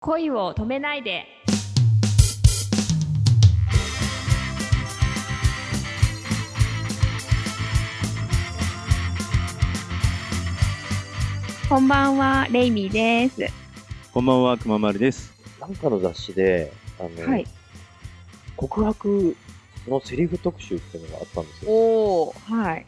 恋を止めないで。こんばんは、レイミーです。こんばんは、くままるです。なんかの雑誌で、あの、はい。告白のセリフ特集っていうのがあったんですよ。おお、はい。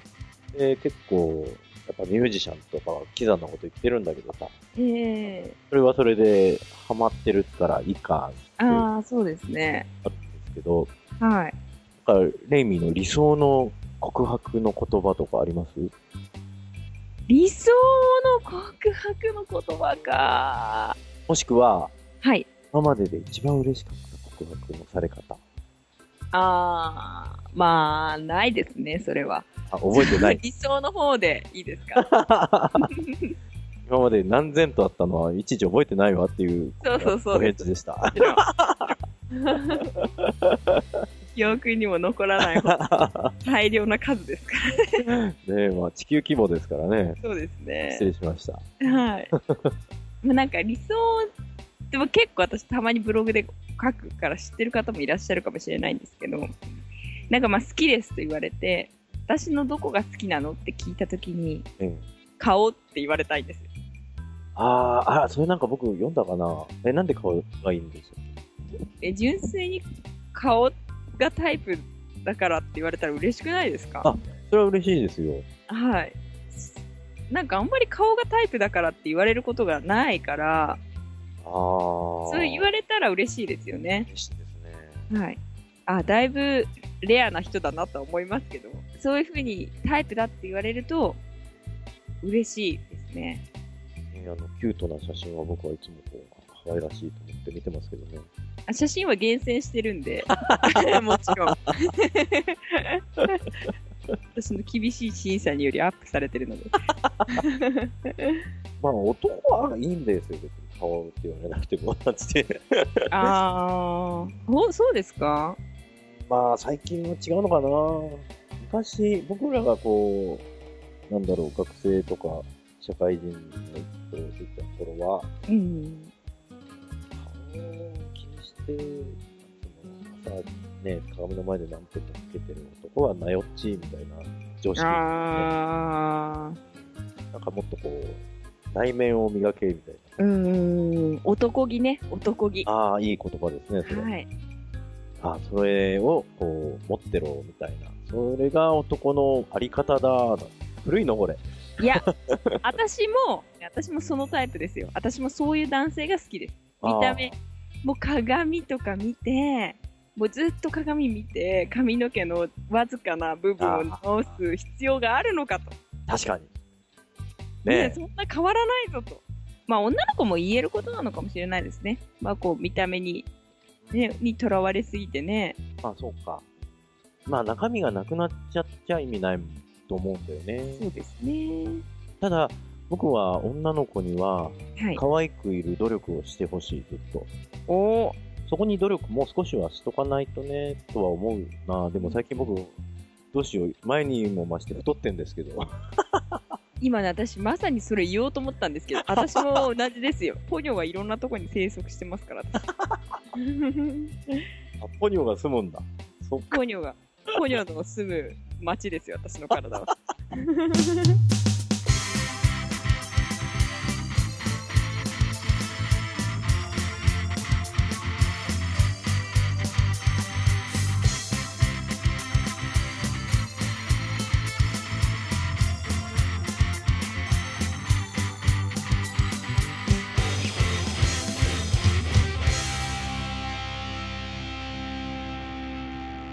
で、結構、やっぱミュージシャンとかはキザなこと言ってるんだけどさ、ええそれはそれでハマってるからいいか、ああ、そうですね。あるんですけど、はい。なんか、レイミーの理想の告白の言葉とかあります理想の告白の言葉か。もしくは、はい。今までで一番嬉しかった告白のされ方。ああ、まあ、ないですね、それは。あ、覚え てない。理想の方でいいですか。 今まで何千とあったのは、いちいち覚えてないわっていう、そうそうそうお返事でした。 記憶にも残らないほど大量な数ですから。ねえ、まあ地球規模ですからね。そうですね失。礼しました。はい。まあなんか理想、でも結構私たまにブログで書くから知ってる方もいらっしゃるかもしれないんですけど、なんかまあ好きですと言われて、私のどこが好きなのって聞いたときに、うん、顔って言われたいんですよ。あーあ、それなんか僕読んだかな。え、なんで顔がいいんですよ。え、純粋に顔がタイプだからって言われたら嬉しくないですかあそれは嬉しいですよ。はい。なんかあんまり顔がタイプだからって言われることがないから、ああ。そそう言われたら嬉しいですよね。嬉しいですね。はい。あ、だいぶレアな人だなとは思いますけど、そういうふうにタイプだって言われると、嬉しいですね。ねあの、キュートな写真は僕はいつもこう、可愛らしいと思って見てますけどね。あ写真は厳選してるんで、 もちろん。 私の厳しい審査によりアップされてるの で。まあ男はいいんですよ、別に顔って言われなくても。マジで。あー、おそうですかまあ最近は違うのかな。昔、僕らがこう、なんだろう、学生とか、社会人の人をしてた頃は、うん。顔を気にして、その朝ね、鏡の前で何分もつけてる男はなよっちみたいな常識、ね、なあー。んかもっとこう、内面を磨けみたいな。うーん、男気ね、男気。はああ、いい言葉ですね、それ。い。ああ、それをこう持ってろみたいな。それが男のあり方だ。古いのこれ。いや、私も、私もそのタイプですよ。私もそういう男性が好きです。見た目、もう鏡とか見て、もうずっと鏡見て、髪の毛のわずかな部分を直す必要があるのかと。ああ。確かに。ねね、そんな変わらないぞと。まあ、女の子も言えることなのかもしれないですね。まあ、こう、見た目に、ね、にとらわれすぎてね。まあそうか。まあ中身がなくなっちゃっちゃ意味ないと思うんだよね。そうですね。ただ、僕は女の子には、はい。可愛くいる努力をしてほしい、ずっと。おーそこに努力もう少しはしとかないとね、とは思うな。でも最近僕、どうしよう、前にも増して太ってんですけど。 今ね私まさにそれ言おうと思ったんですけど私も同じですよポニョはいろんなとこに生息してますから私あ、ポニョが住むんだ。そっか。ポニョがポニョの住む町ですよ私の体は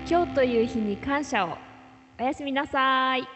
今日という日に感謝をおやすみなさい